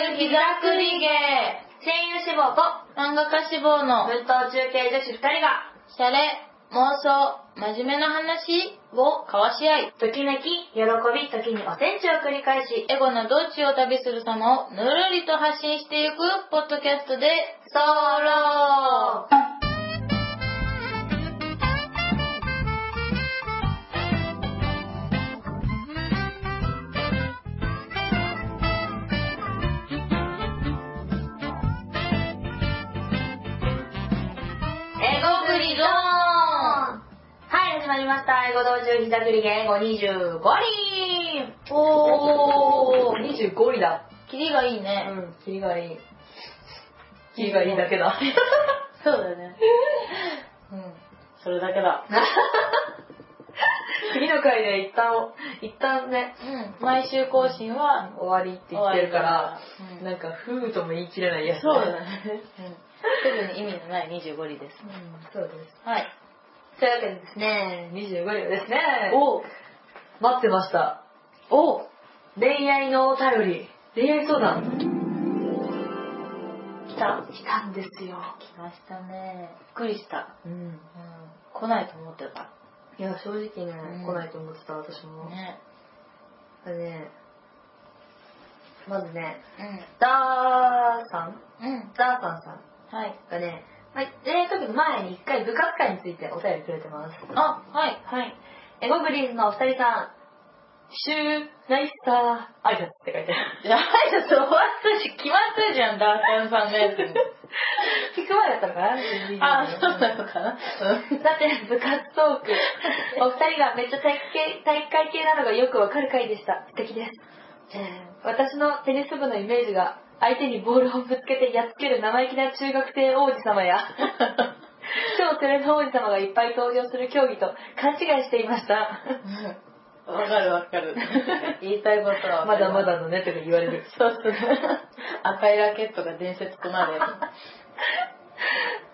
作り芸声優志望と漫画家志望の奮闘中継女子2人がシャレ、妄想、真面目な話を交わし合い、ときめき喜び時におせんちを繰り返しエゴの道中を旅する様をぬるりと発信していくポッドキャストで、ソロ英語グリドーンはい始まりました英語道中膝繰り芸英語25輪おー、 25輪だキリがいいうね。んキリがいいキリがいいだけだ そうだね。うんそれだけだ。次の回で一旦一旦ねうん、毎週更新は、終わりって言ってるから終わりだなんかふうとも言い切れないやつそうだね。うん、特に意味のない25里です。うんそうですはい。というわけでですね25秒ですねお待ってましたお恋愛のお便り恋愛相談来た来たんですよ来ましたね。びっくりした。うんうん、来ないと思ってた。いや正直ね、うん来ないと思ってた私も、ね。だねまずねうダーさんん。うん。ダーさんさんはい。がね、まあ、恋愛トークの前に一回部活会についてお便りくれてますあ、はい、はい。エゴブリーズのお二人さんシューナイスター挨拶って書いてある じゃあ、挨拶終わったし、決まってるじゃん、ダーカンさんのやつに。聞く前だったのかなあ、そうなのかな。うんだって部活トー クお二人がめっちゃ体育系体育会系なのがよくわかる回でした素敵です、えー私のテニス部のイメージが相手にボールをぶつけてやっつける生意気な中学生王子様や 超セレブ王子様がいっぱい登場する競技と勘違いしていましたわかるわかる。 言いたいことはわかまるだま。だのねとか言われるそうそう。赤いラケットが伝説となる。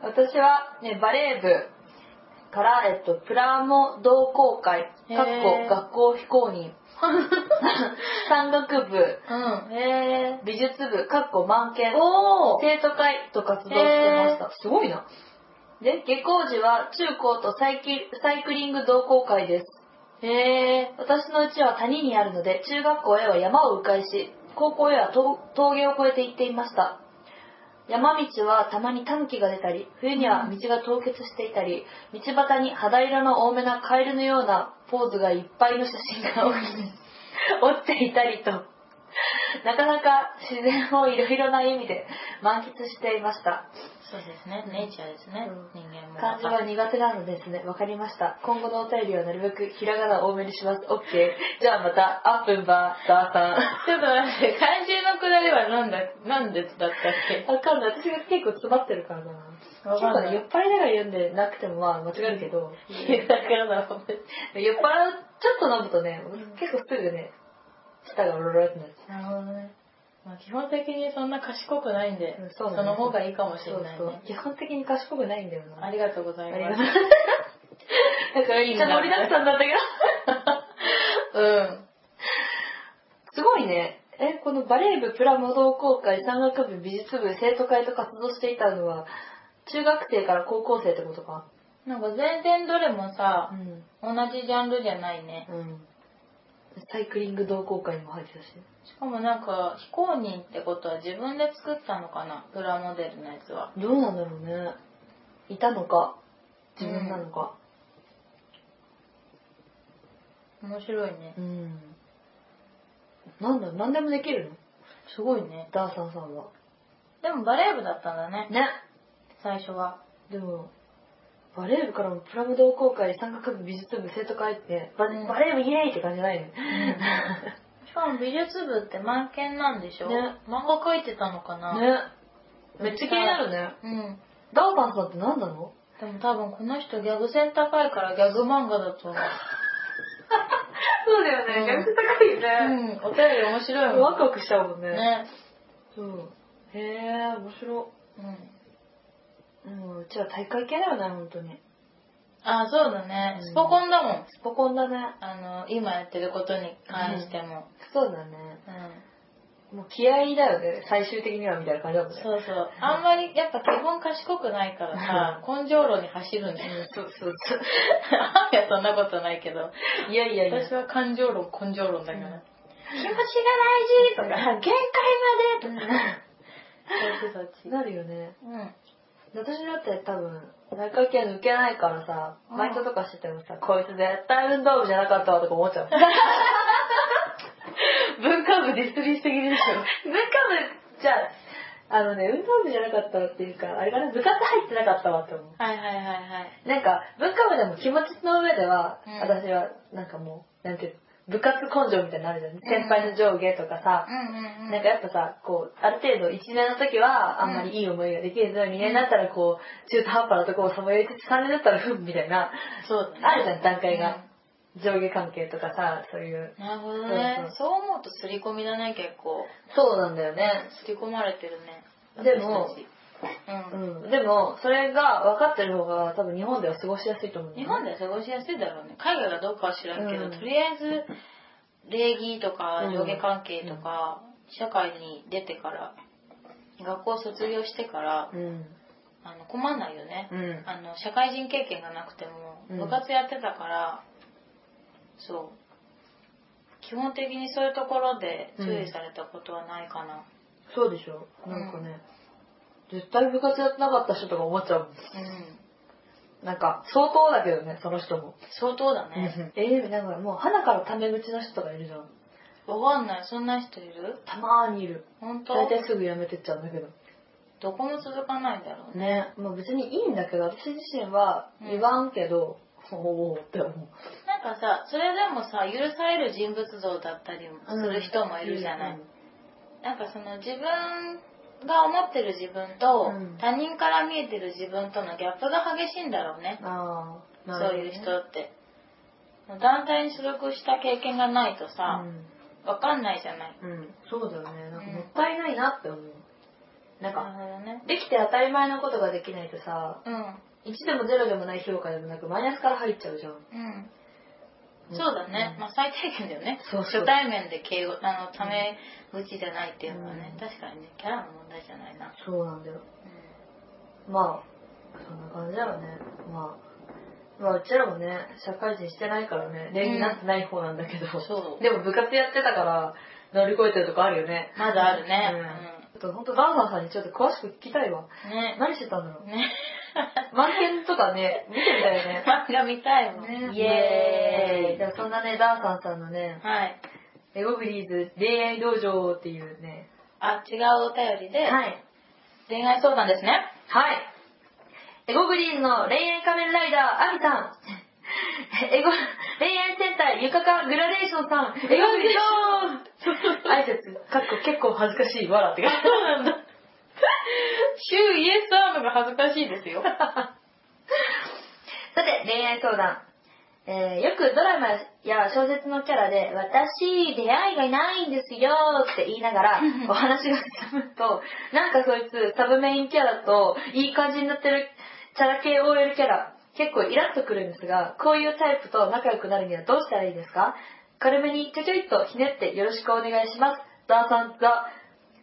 私は、ね、バレー部から、えっと、プラモ同好会へーかっこ学校非公 認山岳部うん。えー美術部、かっこ満研、おー生徒会と活動してました。すごいな。で、下校時は中高とサイキサイクリング同好会です。へえ私の家は谷にあるので、中学校へは山を迂回し、高校へはと峠を越えて行っていました。山道はたまに短気が出たり、冬には道が凍結していたり、道端に肌色の多めなカエルのようなポーズがいっぱいの写真が 落ちていたりと、 なかなか自然をいろいろな意味で満喫していました。そうですね。ネイチャーですね。う人間も。漢字は苦手なのですね。わかりました。今後のお便りはなるべくひらがな多めにします。オッケー。じゃあまた、アップンバー、ダーさちょっと待って、漢字のくだりはなんだ、なんでだったっけん。わかんない。私が結構詰まってるからな。わ結かん構ないね、酔っ払いながら読んでなくてもまあ間違えるけど、だからだもんね。酔っ払う、ちょっと飲むとね、結構すぐね、舌がオロロってなる。なるほどね。まあ、基本的にそんな賢くないんで、うんそそうなんですの方がいいかもしれないね。そうそう基本的に賢くないんだよな。ありがとうご ざいありがまとうす。だからいめっいんちだゃ盛りだくさんだったけど。うん。 すごいね。え、このバレー部プラモ同好会山岳部美術部生徒会と活動していたのは、中学生から高校生ってことか。なんか全然どれもさ、ん。同じジャンルじゃないね。うん。サイクリング同好会も入ってたし。しかもなんか、非公認ってことは自分で作ったのかな、プラモデルのやつは。どうなんだろうね。いたのか、自分なのか。面白いね。うん。なんだろう、なんでもできるのすごいね。ダーサンさんは。でもバレー部だったんだね、ね。最初は。でも、バレー部からもプラモ同好会山岳部美術部生徒会って、バうんバレー部イエーイって感じじゃないね。 しかも美術部って満研なんでしょ、ね漫画描いてたのかな、ね。めっちゃ気になるね。うん。ダーパンさんって何なのでも多分この人ギャグ線高いからギャグ漫画だと思う。そうだよね逆に高いよう。ん、お便り面白いもん。ワクワクしちゃうもんね。ね。そう。へえ、面白うん。い。うん、うちは大会系だよね、本当に。あ、そうだね。うんスポコンだもん。スポコンだね。あの、今やってることに関しても。そうだね。うん。もう気合いだよね、最終的にはみたいな感じだもんね。そうそう。あんまり、やっぱ基本賢くないからさ、根性論に走るんだよ。そうそうそう。あんやそんなことないけど。いやいやいや。私は感情論、根性論だから。気持ちが大事とか、限界までとか。そっちそっち。なるよね。うん。私だって多分、内科系抜けないからさ、うんバイトとかしててもさ、こいつ絶対運動部じゃなかったわとか思っ ちゃう。文化部ディスリしすぎ文でし化部、じゃあ、あのね、運動部じゃなかったわっていうか、あれかな、部活入ってなかったわって思う。ょ。はいはいはいはい。なんか、文化部でも気持ちの上では、うん私は、なんかもう、なんていうの、部活根性みたいになのあるじゃん。先輩の上下とかさ、うんなんかやっぱさ、こう、ある程度1年の時は、あんまりいい思いができるのに、2年になったらこう、中途半端なとこをさまよいつつ、3年だったら、ふん、みたいな、そうだね。あるじゃん、段階が。上下関係とかさ、そういう。うん。なるほどね。そう思うと刷り込みだね、結構。そうなんだよね。刷り込まれてるね。でも私たちうん。うん。でも、それが分かってる方が、多分日本では過ごしやすいと思うんだ日よね。本では過ごしやすいだろうね。海外がどうかは知らんけど、うんとりあえず、礼儀とかうん上下関係とか、社会に出てから、学校卒業してから、うん。あの困んないよね。うん。あの社会人経験がなくてもうん部活やってたから、そう基本的にそういうところで注意されたことはないかな、そうでしょ。なんかね、絶対部活やってなかった人とか思っちゃうもん。うんなんか、相当だけどね、その人も。相当だね、えー、なんかもう、鼻からタメ口の人とかいるじゃん。わかんないそんな人いるたまーにいる。本当大体すぐ辞めてっちゃうんだけど。どこも続かないんだろうね、ねまあ別にいいんだけど、私自身はうん言わんけど、おおって思なんかさそれでもさ許される人物像だったりもう。する人もいるじゃない、うんなんかその自分が思ってる自分と、うん他人から見えてる自分とのギャップが激しいんだろうね、ああ、なるそほうどいうね人って。団体に所属した経験がないとさ、わかんないじゃない。うん、うん、そうだよね。なんかもったいないなって思う。なんなるか、ほどね。できて当たり前のことができないとさ、うん。 1でも0でもない評価でもなく、マイナスから入っちゃうじゃん。うん。そうだね。うんまあ最低限だよね。そうそう初対面で敬語、あの、ため口じゃないっていうのはね、うん確かにね、キャラの問題じゃないな。そうなんだよ。まあ、そんな感じだよね。まあ、まあ、うちらもね、社会人してないからね、礼儀になってない方なんだけど、そうでも部活やってたから、乗り越えてるとこあるよね。まだあるねうん。ちょっと本当バウマーさんにちょっと詳しく聞きたいわ。うん。ね。何してたんだろう。ね。漫編とかね、 見てみたいよね。漫画見たいもん。イエーイ。でもそんなね、ダーサンさんのね、はい。エゴフリーズ恋愛道場っていうね、あ、違うお便りで、はい。恋愛相談ですね。はい。エゴグリーンの恋愛仮面ライダー、アミさん。 エゴ、恋愛戦隊、ゆかかグラデーションさん。エゴグリーン挨拶、かっこ結構恥ずかしい、笑 ってそうなんだ。週イエスアームが恥ずかしいで すよ。、さて、恋愛相談。えーよくドラマや小説のキャラで、私、出会いがいないんですよって言いながらお話が進むと、なんかそいつ、サブメインキャラと、いい感じになってる、チャラ系 OL キャラ、結構イラッとくるんですが、こういうタイプと仲良くなるにはどうしたらいいですか軽めにちょちょいっとひねってよろしくお願いします。ダーさんザ、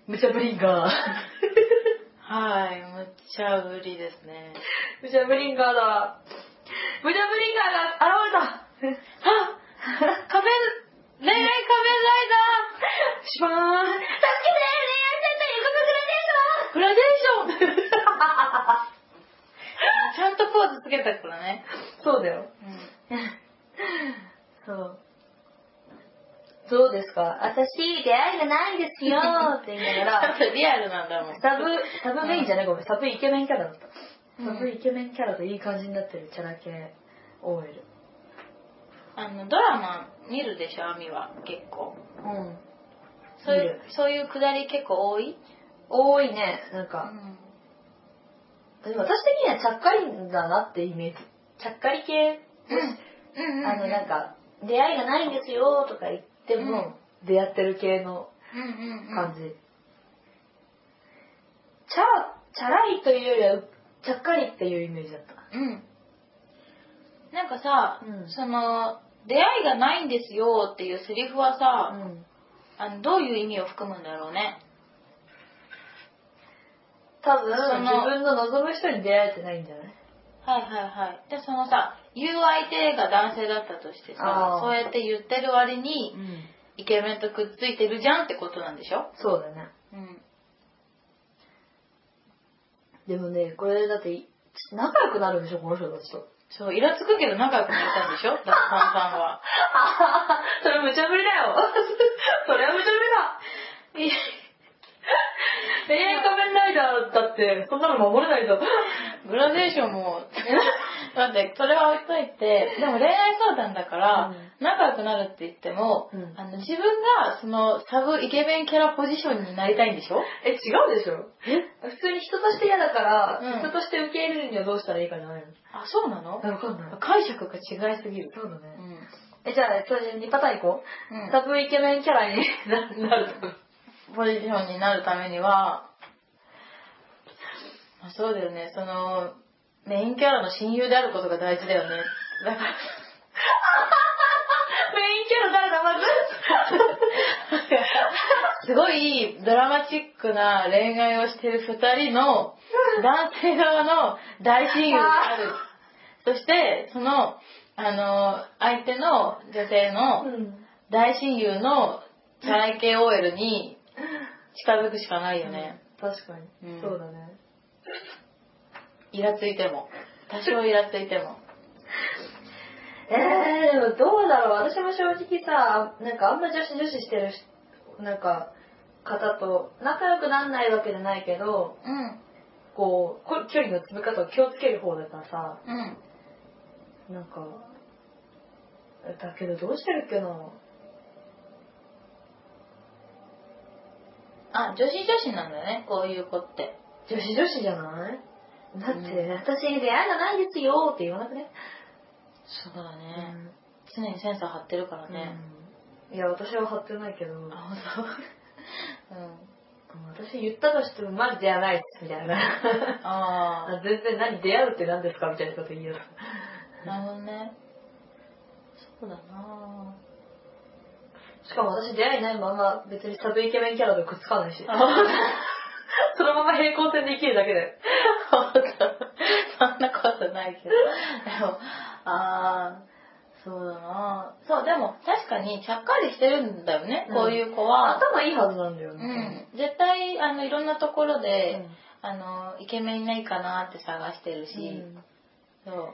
ムチャブリンガー。はい、むっちゃぶりですね。ムチャブリンガーだ。ムチャブリンガーが現れたあ仮面、恋愛仮面ライしまーす。ダーグラデーション ちゃんとポーズつけたからね。そうだよ。うん。そう。どうですか私、出会いがないんですよって言いながら、リアルなんだもん。サブ、サブメインじゃないごめん、サブイケメンキャラだった。うんサブイケメンキャラといい感じになってるチャラ系 OL。あの、ドラマ見るでしょ、アミは。結構。うん。そうい見うる、そういうくだり結構多い多いね、なんうか。ん。でも私的にはちゃっかりだなってイメージ。ちゃっかり系。うん。うん。あの、なん、か、出会いがないんですよとか言っても、出会ってる系のうんうんうん。感じ。チャラ、チャラいというよりは、ちゃっかりっていうイメージだった。うん。なんかさ、うんその、出会いがないんですよっていうセリフはさ、ん。あのどういう意味を含むんだろうね。多分その自分の望む人に出会えてないんじゃないはいはいはい。で、そのさ、言う相手が男性だったとしてさあ、ーそうやって言ってる割に、んイケメンとくっついてるじゃんってことなんでしょそうだねうん。でもねこれだってい仲良くなるでしょこの人たちとそう、イラつくけど仲良くなったんで しょダッパンさんは。 それ無茶ぶりだよそれは無茶ぶりだ 恋愛仮面ライダーだってそんなの守れないぞ グラデーションも、 だってそれは置いといて、でも恋愛相談だから、うん仲良くなるって言っても、うんあの自分がそのサブイケメンキャラポジションになりたいんでしょえ違うでしょ普通に人として嫌だから、うん人として受け入れるにはどうしたらいいかじゃないのあ、そうなのわかんない解釈が違いすぎる。そうだうね、ん。えじゃあそれ2パターンいこう、うんサブイケメンキャラに ななるとポジションになるためには、まあ、そうだよね、その、メインキャラの親友であることが大事だよね。だから、メインキャラ誰だまずすごいドラマチックな恋愛をしてる二人の男性側の大親友である。そして、その、あの、相手の女性のうん大親友のチャラい系 OL に近づくしかないよね。確かに、うんそうだねイラついても。多少イラついても。えー、でもどうだろう私も正直さなんかあんま女子女子してるしなんか方と仲良くなんないわけじゃないけどうん。こうこ距離の詰め方を気をつける方だからさうん。なんかだけどどうしてるっけなあ、女子女子なんだね、こういう子って。女子女子じゃないだって、うん私に出会いがないですよって言わなくねそうだね。常にセンサー張ってるからね。うんいや私は張ってないけどあ、ほんとうん。 私言ったとしてもマジ出会わないですみたいなああ全然何出会うって何ですかみたいなこと言いよあ、なるほどね。そうだな しかも私出会いないまま別にサブイケメンキャラとくっつかないし そのまま平行線で生きるだけで本当そんなことないけど。でも、ああ、そうだなそう、でも確かにちゃっかりしてるんだよね、うんこういう子は。頭いいはずなんだようねん。絶対、あの、いろんなところで、うんあの、イケメンいないかなって探してるし、うんそう。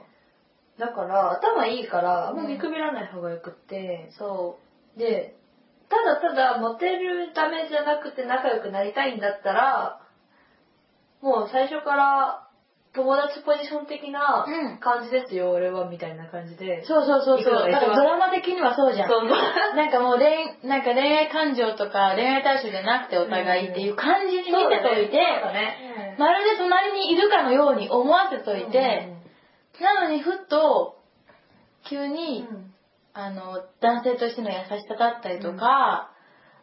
だから頭いいからあんま見くびらない方がよくって、そでただただモテるためじゃなくて仲良くなりたいんだったらもう最初から友達ポジション的なうん感じですよ、俺はみたいな感じでう。そうそうそういそくう。らだいくらからドラマ的にはそうじゃん。そうそうなんかもう恋、なんか恋愛感情とか恋愛対象じゃなくてお互いっていう感じに見せといそて、うだねまるで隣にいるかのように思わせといて、なのにふっと、急うんに、あの、男性としての優しさだったりとか、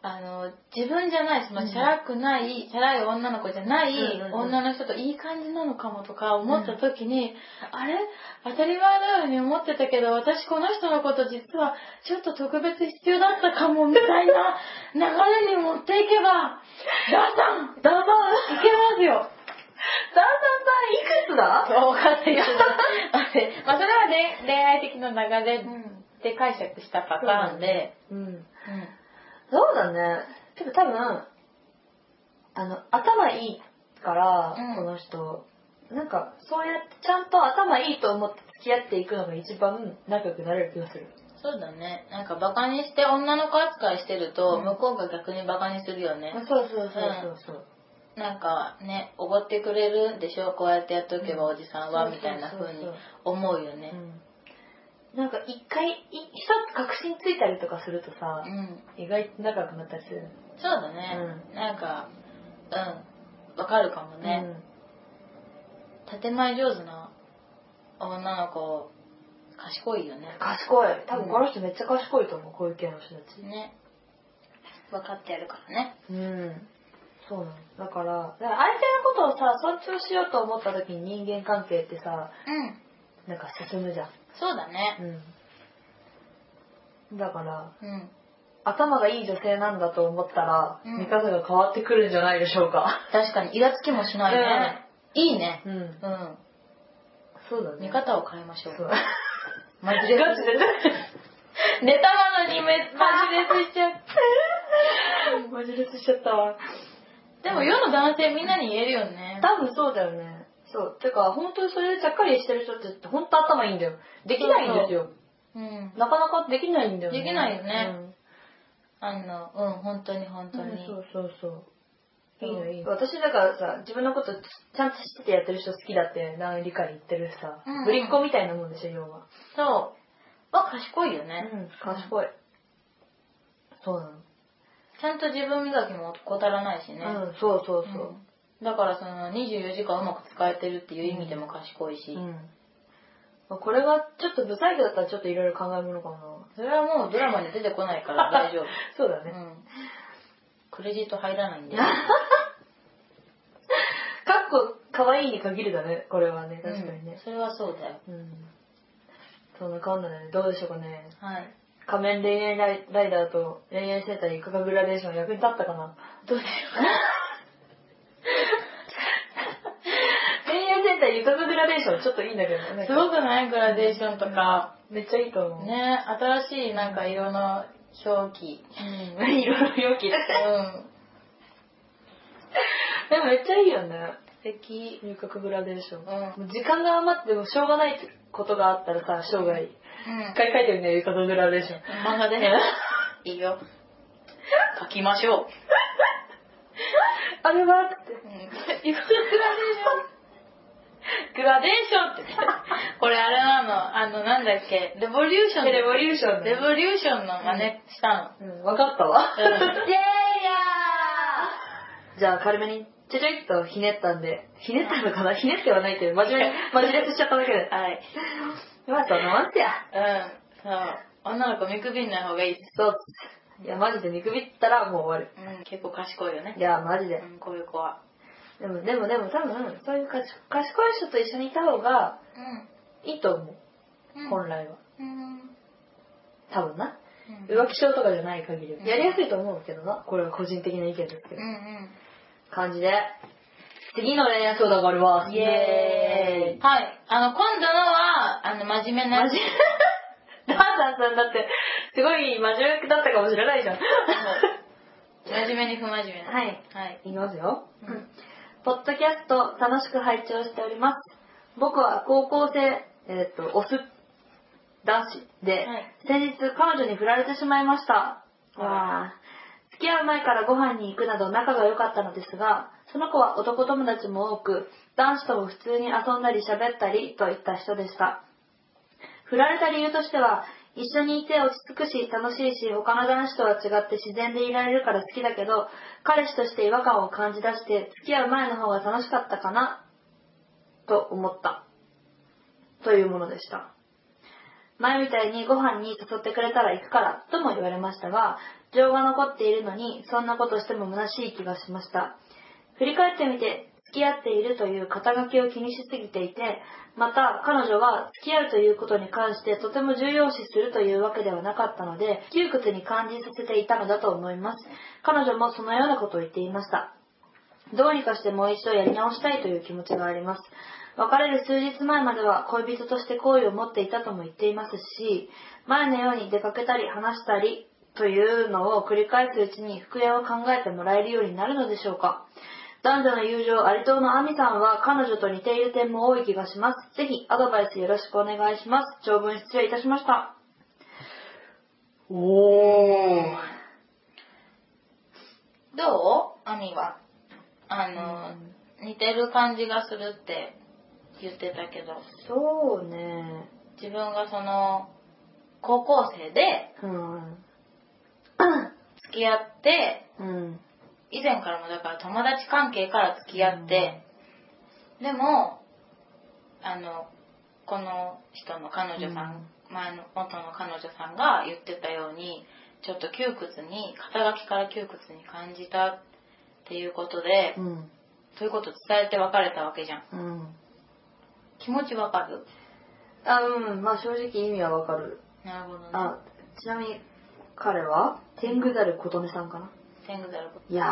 あの、自分じゃない、その、チャラくない、チャラい女の子じゃない、うんうんうん女の人といい感じなのかもとか思った時に、あれ当たり前のように思ってたけど、私この人のこと実は、ちょっと特別必要だったかも、みたい な流れに持っていけば、ダーさんダーさんいけますよだんだんさんいくつだわかんないけ ど。あれまあ、それは恋恋愛的な流れんで解釈したパターンで、うんうんそうだねでも多分あの頭いいから、うんこの人なんかそうやってちゃんと頭いいと思って付き合っていくのが一番仲良くなれる気がするそうだね。なんかバカにして女の子扱いしてると、うん向こうが逆にバカにするよね。そうそうそうそうそうなんかね、おごってくれるでしょ、こうやってやっとけばおじさんは、うんみたいな風そうにそうそう思うようね。んなんか一回い一つ確信ついたりとかするとさう、ん。意外と仲良くなったりするそうだね。なんか、うん。わかるかもね。建前上手な女の子、賢いよねうん。賢い多分この人めっちゃ賢いと思うこういう系の人たちね。分かってやるからね。うんそうなのだからだから相手のことをさ尊重しようと思った時に人間関係ってさうん。なんか進むじゃんそうだね。うんだからうん。相頭がいい女性なんだと思ったら、うん見方が変わってくるんじゃないでしょうか。確かに、イラつきもしないね。いいね。うん。うん。そうだね。見方を変えましょ。そうう。マジレガチス。でね。ネタなのにめマジレスしちゃった。マジレスしちゃったわ。でも世の男性みんなに言えるよね。多分そうだよね。そう。てか、本当にそれでちゃっかりしてる人って、本当頭いいんだよ。できないんですよ。うん。なかなかできないんだよね。できないよねあの、うん、本当に本うん。当に。そうそうそう。いいそのういいの。私だからさ、自分のことちゃんと知っててやってる人好きだって、何理解言ってるしさうんうん、ぶりっ子みたいなもんでしょ、要は。そう。は賢いよね。うん、賢い。そうなの。ちゃんと自分磨きも怠らないしね。うん、そうそうそう。うんだからその24時間うまく使えてるっていう意味でも賢いし、まあこれがちょっと不細工だったらちょっといろいろ考えものかもな。それはもうドラマに出てこないから 大丈夫、そうだうね。ん、クレジット入らない んでかっこかわいいに限るだね、これはね、確かにうんね。それはそうだようん。そんな感じだね。どうでしょうかね。はい仮面恋愛ライライダーと恋愛生態いかがグラデーション役に立ったか などうでし恋愛生態いかがグラデーションちょっといいんだけどね。 すごくないグラデーションとか、めっちゃいいと思う。ね新しいなんか色の表記うん。いろいろ容器。うんでもめっちゃいいよね。素敵入閣グラデーション。う時間が余ってもしょうがないことがあったらさ、生涯。うん一回書いてみね、入閣グラデーション。漫画でいいよ書きましょう、あれはって。うん、いくらグラデーショングラデーションって。これあれなの、あの、なんだっけ、レボリューション。レボリューションねレボリューションの真似したうん、わかったわ。 の。うん。イェーイやじゃあ軽めに、ちょちょいっとひねったんで、ひねったのかなひねってはないけど、真 面目、真面目しちゃっただけでー。はい。まあ、そんなもんっすや。うん。そう。女の子見くびんない方がいいです。そうっす。いや、マジで見くびったらもう終わうん、結構賢いよる。いね。や、マジでう。ん、こういう子は。でも、でも、でも、多分、そういう賢賢い人と一緒にいた方がいいと思うう。ん。本来は。うん。多分な。うん。浮気症とかじゃない限りうは。んやりやすいと思うけどな。これは個人的な意見ですけどうん。うん。感じで。次の恋愛相談があります。イエーイ。はい。あの、今度のは、あの、真面目な。真面 目ダンダンさんだって、すごい真面目だったかもしれないじゃん。真面目に不真面目な。はい。はい。いきますよ。うんポッドキャスト楽しく拝聴しております。僕は高校生、えっ、と、オス男子で、はい先日彼女に振られてしまいました。あわー付き合う前からご飯に行くなど仲が良かったのですが、その子は男友達も多く、男子とも普通に遊んだり喋ったりといった人でした。振られた理由としては、一緒にいて落ち着くし楽しいし、他の男子とは違って自然でいられるから好きだけど、彼氏として違和感を感じ出して、付き合う前の方が楽しかったかな、と思った。というものでした。前みたいにご飯に誘ってくれたら行くからとも言われましたが、情が残っているのに、そんなことしても虚しい気がしました。振り返ってみて、付き合っているという肩書きを気にしすぎていて、また彼女は付き合うということに関してとても重要視するというわけではなかったので、窮屈に感じさせていたのだと思います。彼女もそのようなことを言っていました。どうにかしてもう一度やり直したいという気持ちがあります。別れる数日前までは恋人として好意を持っていたとも言っていますし、前のように出かけたり話したりというのを繰り返すうちに復縁を考えてもらえるようになるのでしょうか。男女の友情ありとうのアミさんは彼女と似ている点も多い気がします。ぜひアドバイスよろしくお願いします。長文失礼いたしました。おー。どうアミは。あの、似てる感じがするって言ってたけど、そうね。自分がその、高校生でうん。付き合って、うん。以前からもだから友達関係から付き合って、でも、あの、この人の彼女さん、前の元の彼女さんが言ってたように、ちょっと窮屈に、肩書きから窮屈に感じたっていうことで、うん。そういうこと伝えて別れたわけじゃん。うん。気持ちわかるあ、うん。まあ正直意味はわかる。なるほどね。あ、ちなみに、彼は天狗猿琴音さんかな天狗だろ。いやーう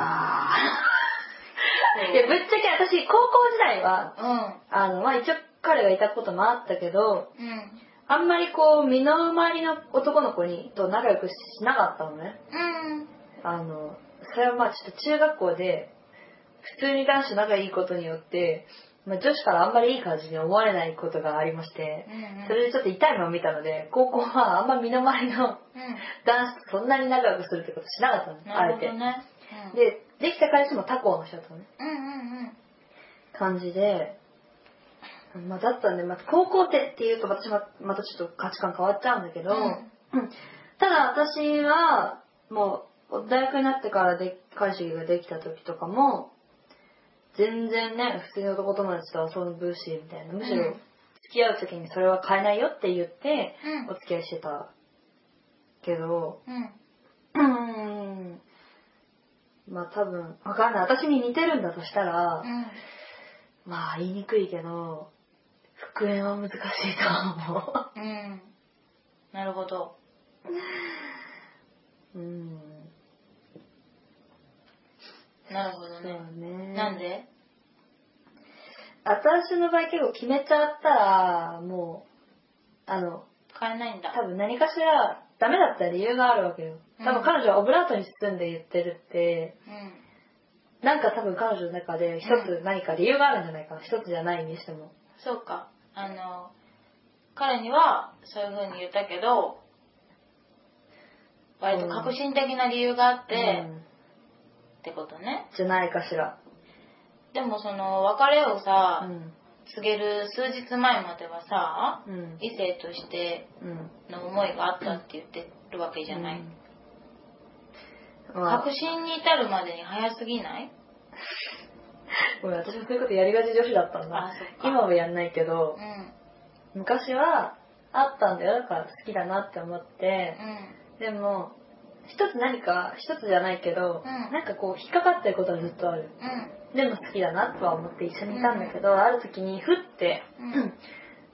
んいやぶっちゃけ私高校時代はうん。あのまあ一応彼がいたこともあったけどうん。あんまりこう身の回りの男の子にと仲良くしなかったのねうん。あのそれはまあちょっと中学校で普通に男子仲いいことによって、まあ、女子からあんまりいい感じに思われないことがありましてそれでちょっと痛い目を見たので高校はあんま身の回りのう男子とそんなに仲良くするってことしなかったのん。あなるえほどてね。うんでできた彼氏も他校の人だったのねうんうんうん。感じで、まあ、だったんで、まあ、高校生っていうと私はまたちょっと価値観変わっちゃうんだけど、うんうんただ私はもう大学になってからで彼氏ができた時とかも全然ね普通に男友達と遊ぶしみたいなむしうろん付き合う時にそれは変えないよって言ってうおん付き合いしてたけどうん。うーんまあ多分わかんない私に似てるんだとしたら、うん。まあ言いにくいけど復縁は難しいと思うん。なるほど。 ううんなるほそどうね。ねなんで私の場合結構決めちゃったらもうあの買えないんだ。多分何かしらダメだった理由があるわけよ多う分ん彼女はオブラートに包んで言ってるってうん。なんか多分彼女の中で一つ何か理由があるんじゃないかな一つじゃないにしてもそうか。あの、彼にはそういう風に言ったけど、割と革新的な理由があって、うんってことね。じゃないかしらでもその別れをさ、うん告げる数日前まではさ、うん異性としてうんの思いがあったって言ってるわけじゃない。うんまあ確信に至るまでに早すぎないごめん、私もそういうことやりがち女子だったんだあそっ。か今はやんないけうどん、、うん、昔はあったんだよ。だから好きだなって思って。でも、一つ何か、一つじゃないけど、うんなんかこう、引っかかってることはずっとある。うでも好きだなとは思って一緒にいたんだけど、ある時にふって、うん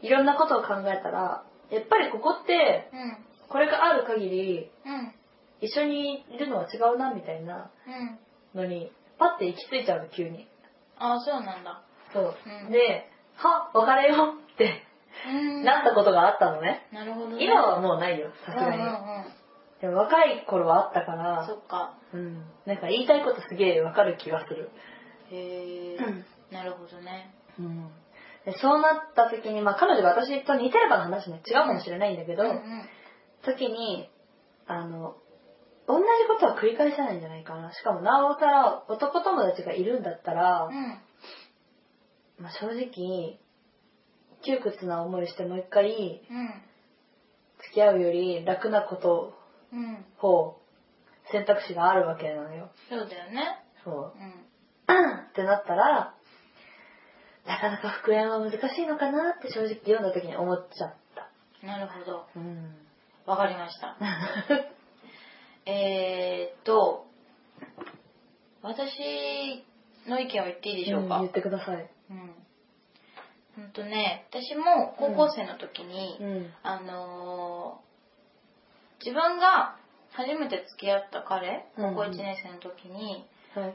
いろんなことを考えたら、やっぱりここって、ん、うん、これがある限り、うん、一緒にいるのは違うな、みたいなうん。のに、パッて行き着いちゃうの、急に。ああ、そうなんだ。そう。うんで、は、別れようってうん。なったことがあったのね。なるほどね。今はもうないよ、さすがうんうに。んうん。でも若い頃はあったからそ、っか。うん、なんか言いたいことすげえわかる気がする。へえ、うんなるほどね。うん、でそうなった時に、まあ彼女が私と似てればの話ね、違うかもしれないんだけど、うんうん。時に、あの、同じことは繰り返さないんじゃないかな。しかもなおさら男友達がいるんだったら、うん。まあ正直、窮屈な思いしてもう一回うん。付き合うより楽なことうん。方選択肢があるわけなのよ。そうだよね。そうう。ん。 ってなったら、なかなか復縁は難しいのかなって正直読んだ時に思っちゃった。なるほど。 うん。わかりました。えーっと、私の意見を言っていいでしょうか。言ってください。うん。ほんとね、私も高校生の時に、ん。あのー自分が初めて付き合った彼、うん高校1年生の時に、はい。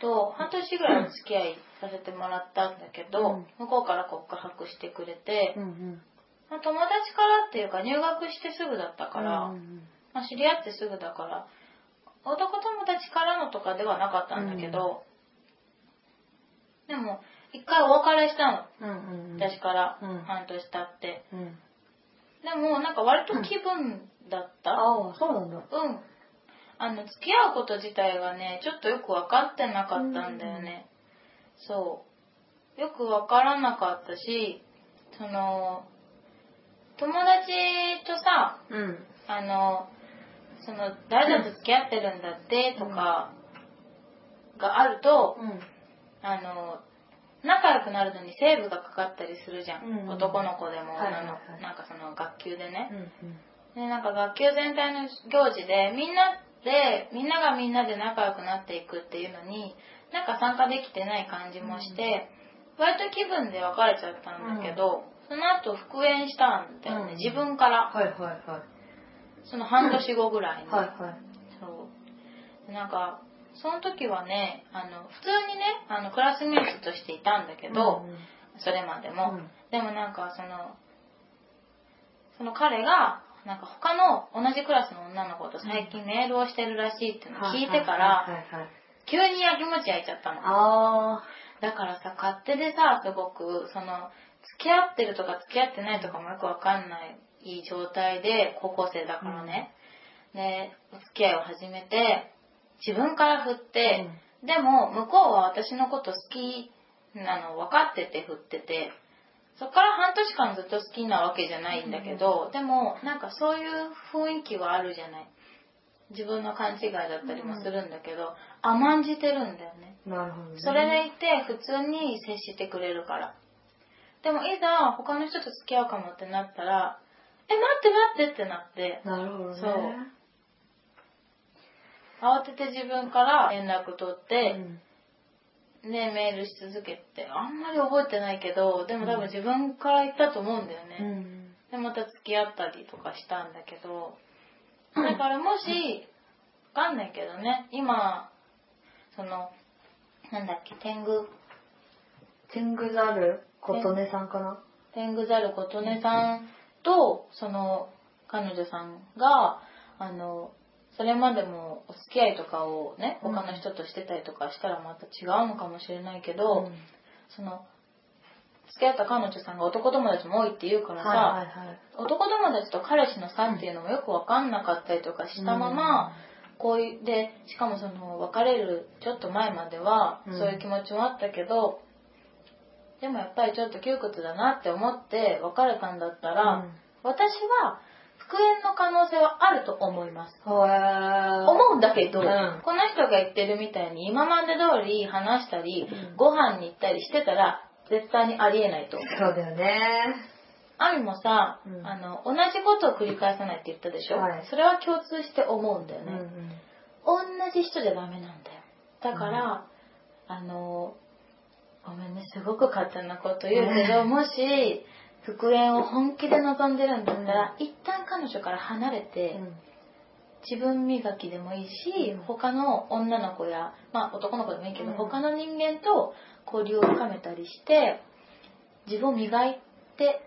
と半年ぐらいお付き合いさせてもらったんだけど、うん向こうから告白してくれて、んうん。まあ、友達からっていうか入学してすぐだったから、うんまあ、知り合ってすぐだから男友達からのとかではなかったんだけど、でも一回お別れしたのうんうん。私からうん半年経って、うん。でもなんか割と気分だった、ああ、そうなんだ。うん。あの、付き合うこと自体がね、ちょっとよく分かってなかったんだよね。そう。よく分からなかったし、その、友達とさ、うん。あの、その、誰だと付き合ってるんだってとか、があると、うん。あの、仲良くなるのにセーブがかかったりするじゃん。うんうん男の子でも、はいはいはい女の子なんかその学級でね。うん。でなんか学級全体の行事でみんなでみんながみんなで仲良くなっていくっていうのになんか参加できてない感じもして、割と気分で別れちゃったんだけど、その後復縁したんだよね、うん自分から、はいはいはその半年後ぐらいに、はいはい。そうでなんかその時はねあの普通にねあのクラスメイトとしていたんだけど、うんうんそれまでも、うんでもなんかそのその彼がなんか他の同じクラスの女の子と最近メールをしてるらしいっていうのを聞いてかはいらはいはいはい急にやきもち焼いちゃったのあだからさ勝手でさすごくその付き合ってるとか付き合ってないとかもよくわかんないいい状態で高校生だからね、でお付き合いを始めて自分から振って、でも向こうは私のこと好きなの分かってて振っててそっから半年間ずっと好きなわけじゃないんだけど、でもなんかそういう雰囲気はあるじゃない自分の勘違いだったりもするんだけど、甘んじてるんだよね、あ。なるほどね。それでいて普通に接してくれるから。でもいざ他の人と付き合うかもってなったら、え、待って待ってってなって、なるほどね。そう慌てて自分から連絡取って、んね、メールし続けて、あんまり覚えてないけど、でも多分自分から言ったと思うんだよね。うん。でまた付き合ったりとかしたんだけどだからもしわかんないけどね今そのなんだっけ天狗天狗ザル、琴音さんかな天狗猿琴音さんとその彼女さんがあのそれまでもお付き合いとかをねうん他の人としてたりとかしたらまた違うのかもしれないけど、んその付き合った彼女さんが男友達も多いって言うからさ、はいはいはい。男友達と彼氏の差っていうのもよく分かんなかったりとかしたまま、こういでしかもその別れるちょっと前まではうんそういう気持ちもあったけど、でもやっぱりちょっと窮屈だなって思って別れたんだったら、うん私は復縁の可能性はあると思います。ほえー。思うんだけど、うんこの人が言ってるみたいに今まで通り話したり、うんご飯に行ったりしてたら絶対にありえないと思う。そうだよね。アミもさ、うんあの同じことを繰り返さないって言ったでしょ、はいそれは共通して思うんだようね、ん同じ人じゃダメなんだよだから、あのごめんねすごく勝手なこと言うけど、もし復縁を本気で望んでるんだったら、一旦彼女から離れて、うん。自分磨きでもいいし、うん他の女の子や、まあ、男の子でもいいけど、うん他の人間と交流を深めたりして自分を磨いて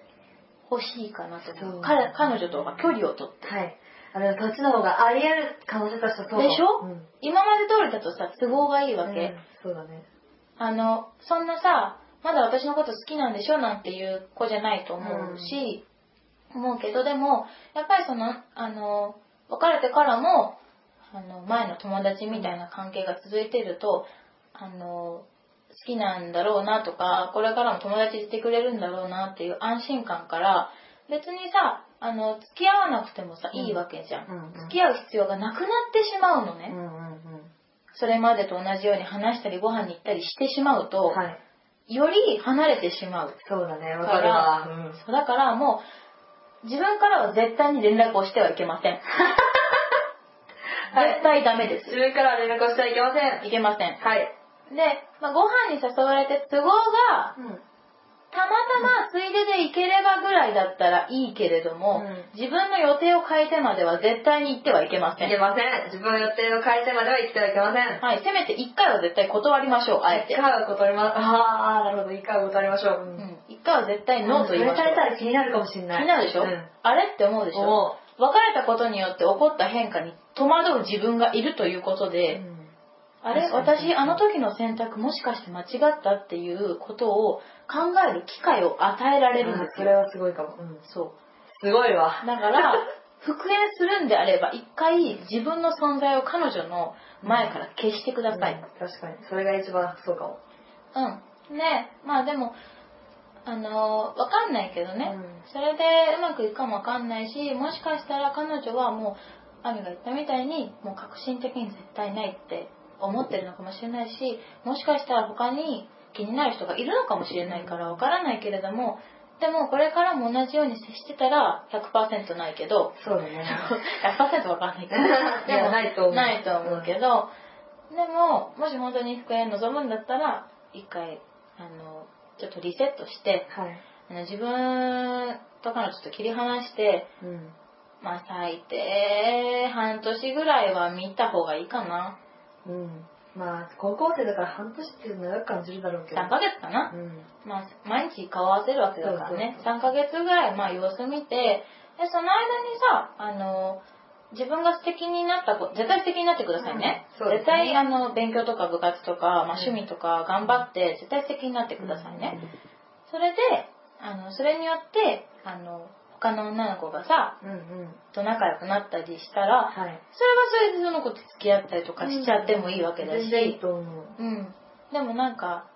ほしいかなとそ思うう彼彼女とは距離をとってはい。あれ、そっちの方があり得る可能性としてはそうかもでしょ、うん今まで通りだとさ都合がいいわけ、うんそうだね。あのそんなさまだ私のこと好きなんでしょなんていう子じゃないと思うし、思うけどでもやっぱりそのあの別れてからもあの前の友達みたいな関係が続いてるとあの好きなんだろうなとかこれからも友達でいてくれるんだろうなっていう安心感から別にさあの付き合わなくてもさいいわけじゃん、うんうん付き合う必要がなくなってしまうのね、うんうんそれまでと同じように話したりご飯に行ったりしてしまううん。と、はい。より離れてしまう。そうだね。だわかかるらわ。うん、そうだからもう、自分からは絶対に連絡をしてはいけません。絶対ダメです。自分から連絡をしてはいけません。いけません。はい。で、まあ、ご飯に誘われて都合がうん。たまたまついでで行ければぐらいだったらいいけれども、うん自分の予定を変えてまでは絶対に行ってはいけませいけん。ません。自分の予定を変えてまでは生きてはいけません。はい、せめて1回は絶対断りましょう、あえ一て。回は断りま、ああ、なるほど、一回は断りましょう。ううんん、1回は絶対ノーと言いましょそれされうた。ら気になるかもしれない。気になるでしょ、うん。あれって思うでしょ思別れたことによって起こった変化に戸惑う自分がいるということうで、うんあれ確かに私あの時の選択もしかして間違ったっていうことを考える機会を与えられるんであーすそれよ。はすごいかも。うん。そ。すごいうわ。だから、 復縁するんであれば、一回自分の存在を彼女の前から消してください。うん確かに。それが一番そうかも。うん。ねまあでも、あのーわかんないけどね、うんそれでうまくいくかもわかんないし、もしかしたら彼女はもう、アミが言ったみたいに、もう革新的に絶対ないって思ってるのかもしれないし、もしかしたら他に気になる人がいるのかもしれないからわからないけれども、でもこれからも同じように接してたら100%ないけど、そうだね。 100%わかんないけどいやないと思うないと思うけど、でももし本当に復縁望むんだったら一回あのちょっとリセットして はい。あの自分と彼女と切り離してうん。まあ最低半年ぐらいは見た方がいいかな。うん。まあ、高校生だから半年っていうのは長く感じるだろうけど。 3ヶ月かな、うん。まあ毎日顔合わせるわけだからね。そう3ヶ月ぐらいまあ様子見て、で、その間にさ、あの、自分が素敵になった子、絶対素敵になってくださいね。うんそうですね絶対あの、勉強とか部活とか、まあ趣味とか頑張って、絶対素敵になってくださいね。それで、あの、それによって、あの、他の女の子がさ、うんうん。と仲良くなったりしたら、はい。それはそれでその子と付き合ったりとかしちゃってもいいわけだし、全然いいと思う。うん、でもなんか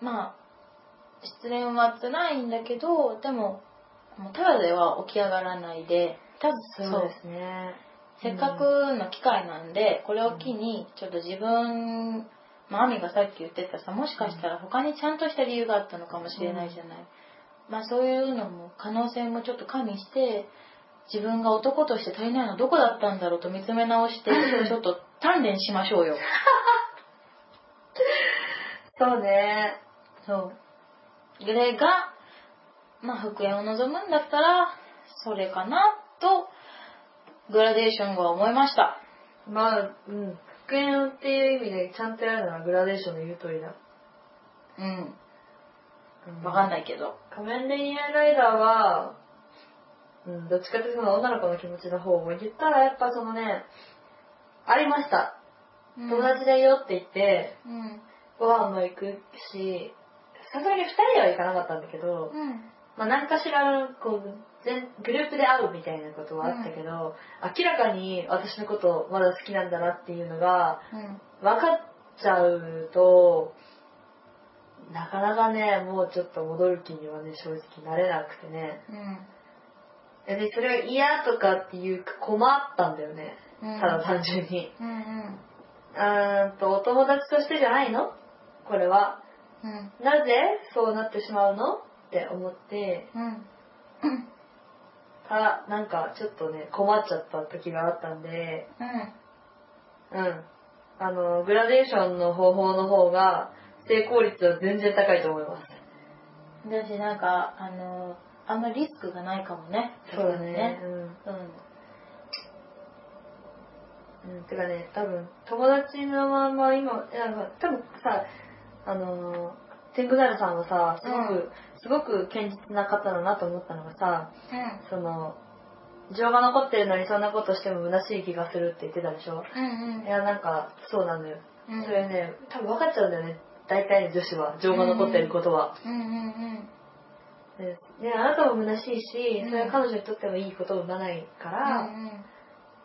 まあ失恋は辛いんだけどでももうただでは起き上がらないで多分そうですね。せっかくの機会なんで、これを機にちょっと自分まあ、亜美がさっき言ってたさもしかしたら他にちゃんとした理由があったのかもしれないじゃない、まあそういうのも可能性もちょっと加味して自分が男として足りないのどこだったんだろうと見つめ直 してちょっと鍛錬しましょうよそうね。そう。グレが、まあ、復縁を望むんだったら、それかな、と、グラデーションは思いました。まあ、うん。復縁っていう意味でちゃんとやるのはグラデーションの言う通りだ。うん。うんわかんないけど。仮面レイヤーライダーは、うん、どっちかというとその女の子の気持ちの方を言ったらやっぱそのね、ありました。うん友達だよって言って、うん。ご飯も行くし、さすがに二人では行かなかったんだけど、うん。まあ何かしら、こう、全、グループで会うみたいなことはあったけど、明らかに私のことまだ好きなんだなっていうのが、うん。分かっちゃうと、なかなかね、もうちょっと戻る気にはね、正直なれなくてね。うん。で、ねそれは嫌とかっていうか困ったんだよね。うんただ単純に。うん。うん。うーんと、お友達としてじゃないのこれは。うん。なぜそうなってしまうのって思ってうん。たら、なんかちょっとね、困っちゃった時があったんで、うん。うん。あの、グラデーションの方法の方が、成功率は全然高いと思います。だし、なんか、あのあんまりリスクがないかもね。そうだね。ううん。ん。うん、てかね、多分、友達のまんま今、いやなんか多分さ、あのー、天狗猿さんはさ、すごく、うんすごく堅実な方だなと思ったのがさ、うん。その、情が残ってるのにそんなことしても虚しい気がするって言ってたでしょうんうい。んや、なんか、そうなのよ。うんそれね、多分分かっちゃうんだよね。大体の女子は、情が残ってることは。うんうんでで、あなたも虚しいしう、んそれは彼女にとってもいいことを生まないかうら、ん。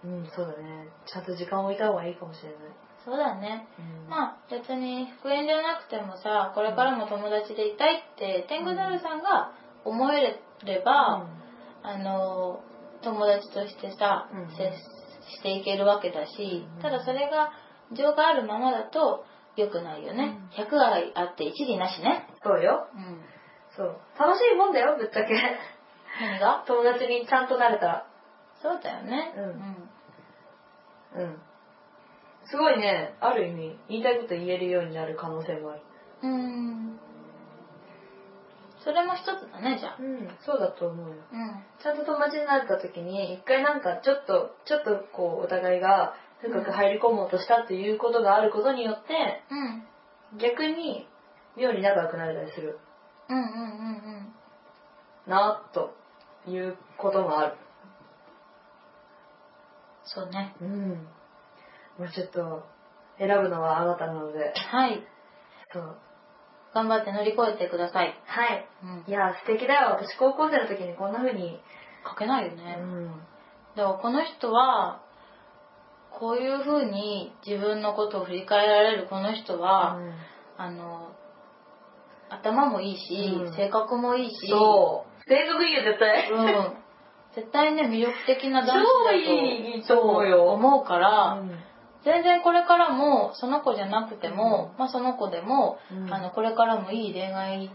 うん。うん、そうだね。ちゃんと時間を置いた方がいいかもしれない。そうだね。うんまあ別に復縁じゃなくてもさこれからも友達でいたいって天狗猿さんが思えれば、あの友達としてさ、うん接していけるわけだし、うんただそれが情があるままだと良くないよね、100があって1理なしねそうよ。うんそう。楽しいもんだよ、ぶっちゃけ。何が 友達にちゃんとなれたら。そうだよねうんうん。すごいね、ある意味、言いたいこと言えるようになる可能性もある。うん、うん、それも一つだねじゃあうん、そうだと思うよ。うんちゃんと友達になった時に一回なんかちょっとちょっとこうお互いが深く入り込もうとしたっていうことがあることによってうん逆に妙に仲良くなれたりするうんうんうんうんなということもあるそうねうんまあちょっと選ぶのはあなたなのではいそう頑張って乗り越えてください。はいうい。んや素敵だよ私高校生の時にこんな風に書けないようね。んだからこの人は、こういう風に自分のことを振り返られるこの人は、うんあの、頭もいいし、うん性格もいいし、そう性格いいよ絶対うん。絶対ね、魅力的な男超子いいだとと思うよ思うから、うん全然これからも、その子じゃなくても、まあその子でも、うんあの、これからもいい恋愛、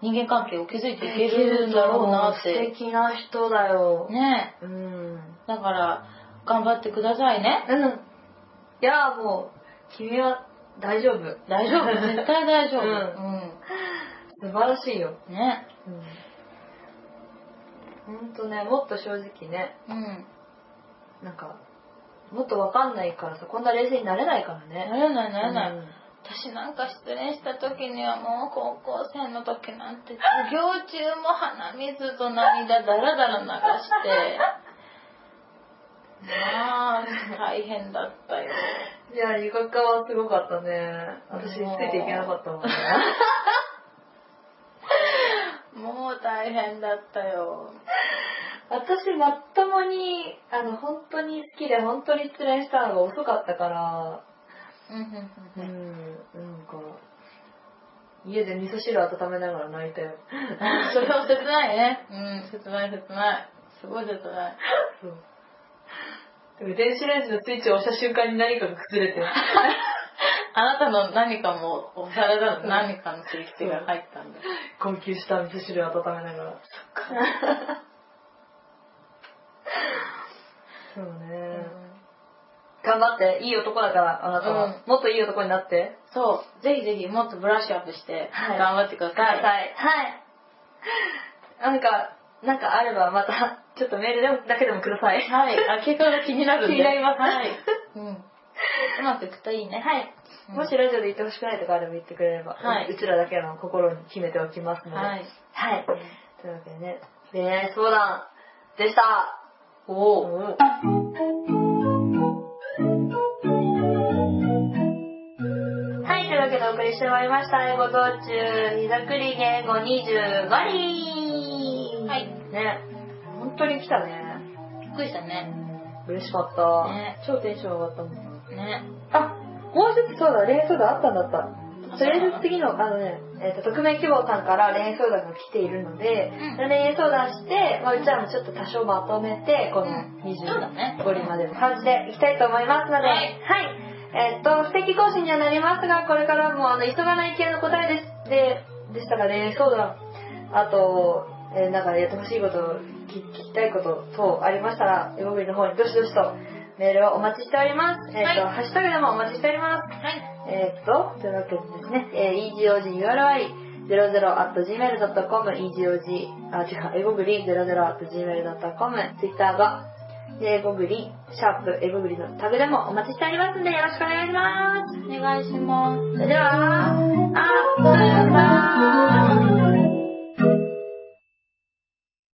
人間関係を築いていけるんだろうなっ素て。敵な人だよ。ねえ。うん。だから、頑張ってくださいね。うん。いや、もう、君は大丈夫。大丈夫、絶対大丈夫。ううん。 素晴らしいよ。ね。うん。ほんとね、もっと正直ね、うん。なんかもっとわかんないからさこんな冷静になれないからねなれないなれない、うん私なんか失恋した時にはもう高校生の時なんて授業中も鼻水と涙だらだら流してまあ大変だったよいやゆかかはすごかったね私つうんいていけなかったも んねもう大変だったよ私まともにあの本当に好きで本当に失恋したのが遅かったからうんううんうんうんんなんか家で味噌汁温めながら泣いたよそれは切ないねうん切ない切ないすごい切ないそうでも電子レンジのスイッチを押した瞬間に何かが崩 れてあなたの何かもお皿だの何かの刺激が入ったんだ困窮した味噌汁を温めながらそううね、ん頑張っていい男だからあなたは、うんもっといい男になってそう、ぜひぜひもっとブラッシュアップしてはい頑張ってください。いはい なんかなんかあればまたちょっとメールでもだけでもくださいはい、あ結果が気になるんで。気になりますはい。うん。うまくいくといいね。はいうんもしラジオで言ってほしくないとかあれば言ってくれれば、はいうちらだけの心に秘めておきますのではい。はいというわけでね恋愛相談でしたおお。おはい、というわけでお送りしてまいりました。英語道中、ひざくりに英語25人。はいね、本当に来たね。びっくりしたね。嬉しかった。ね超テンション上がったもん。ね。あ、もう一つそうだ、恋愛相談あったんだった。とりあえず次の、あのね、えっ、と、匿名希望さんから恋愛相談が来ているので、うん恋愛相談して、まあ、うちらもちょっと多少まとめて、このうんそうだね25人までの感じでいきたいと思いますので、ははいい。えっ、と、不適更新にはなりますが、これからも、あの、急がない系の答えです、で、でしたが、恋愛相談、あと、えーなんかやってほしいこと、聞聞きたいこと等ありましたら、ヨゴビの方にどしどしとメールをお待ちしております。えっ、と、はいハッシュタグでもお待ちしております。はい。えーっと、というわけでですね、えー、egoguri00.gmail.com、egog、あ、違う、egoguri00.gmail.com、Twitter が、英語グリ、シャープ、英語グリのタグでもお待ちしておりますんで、よろしくお願いします。お願いします。それでは、アップルさん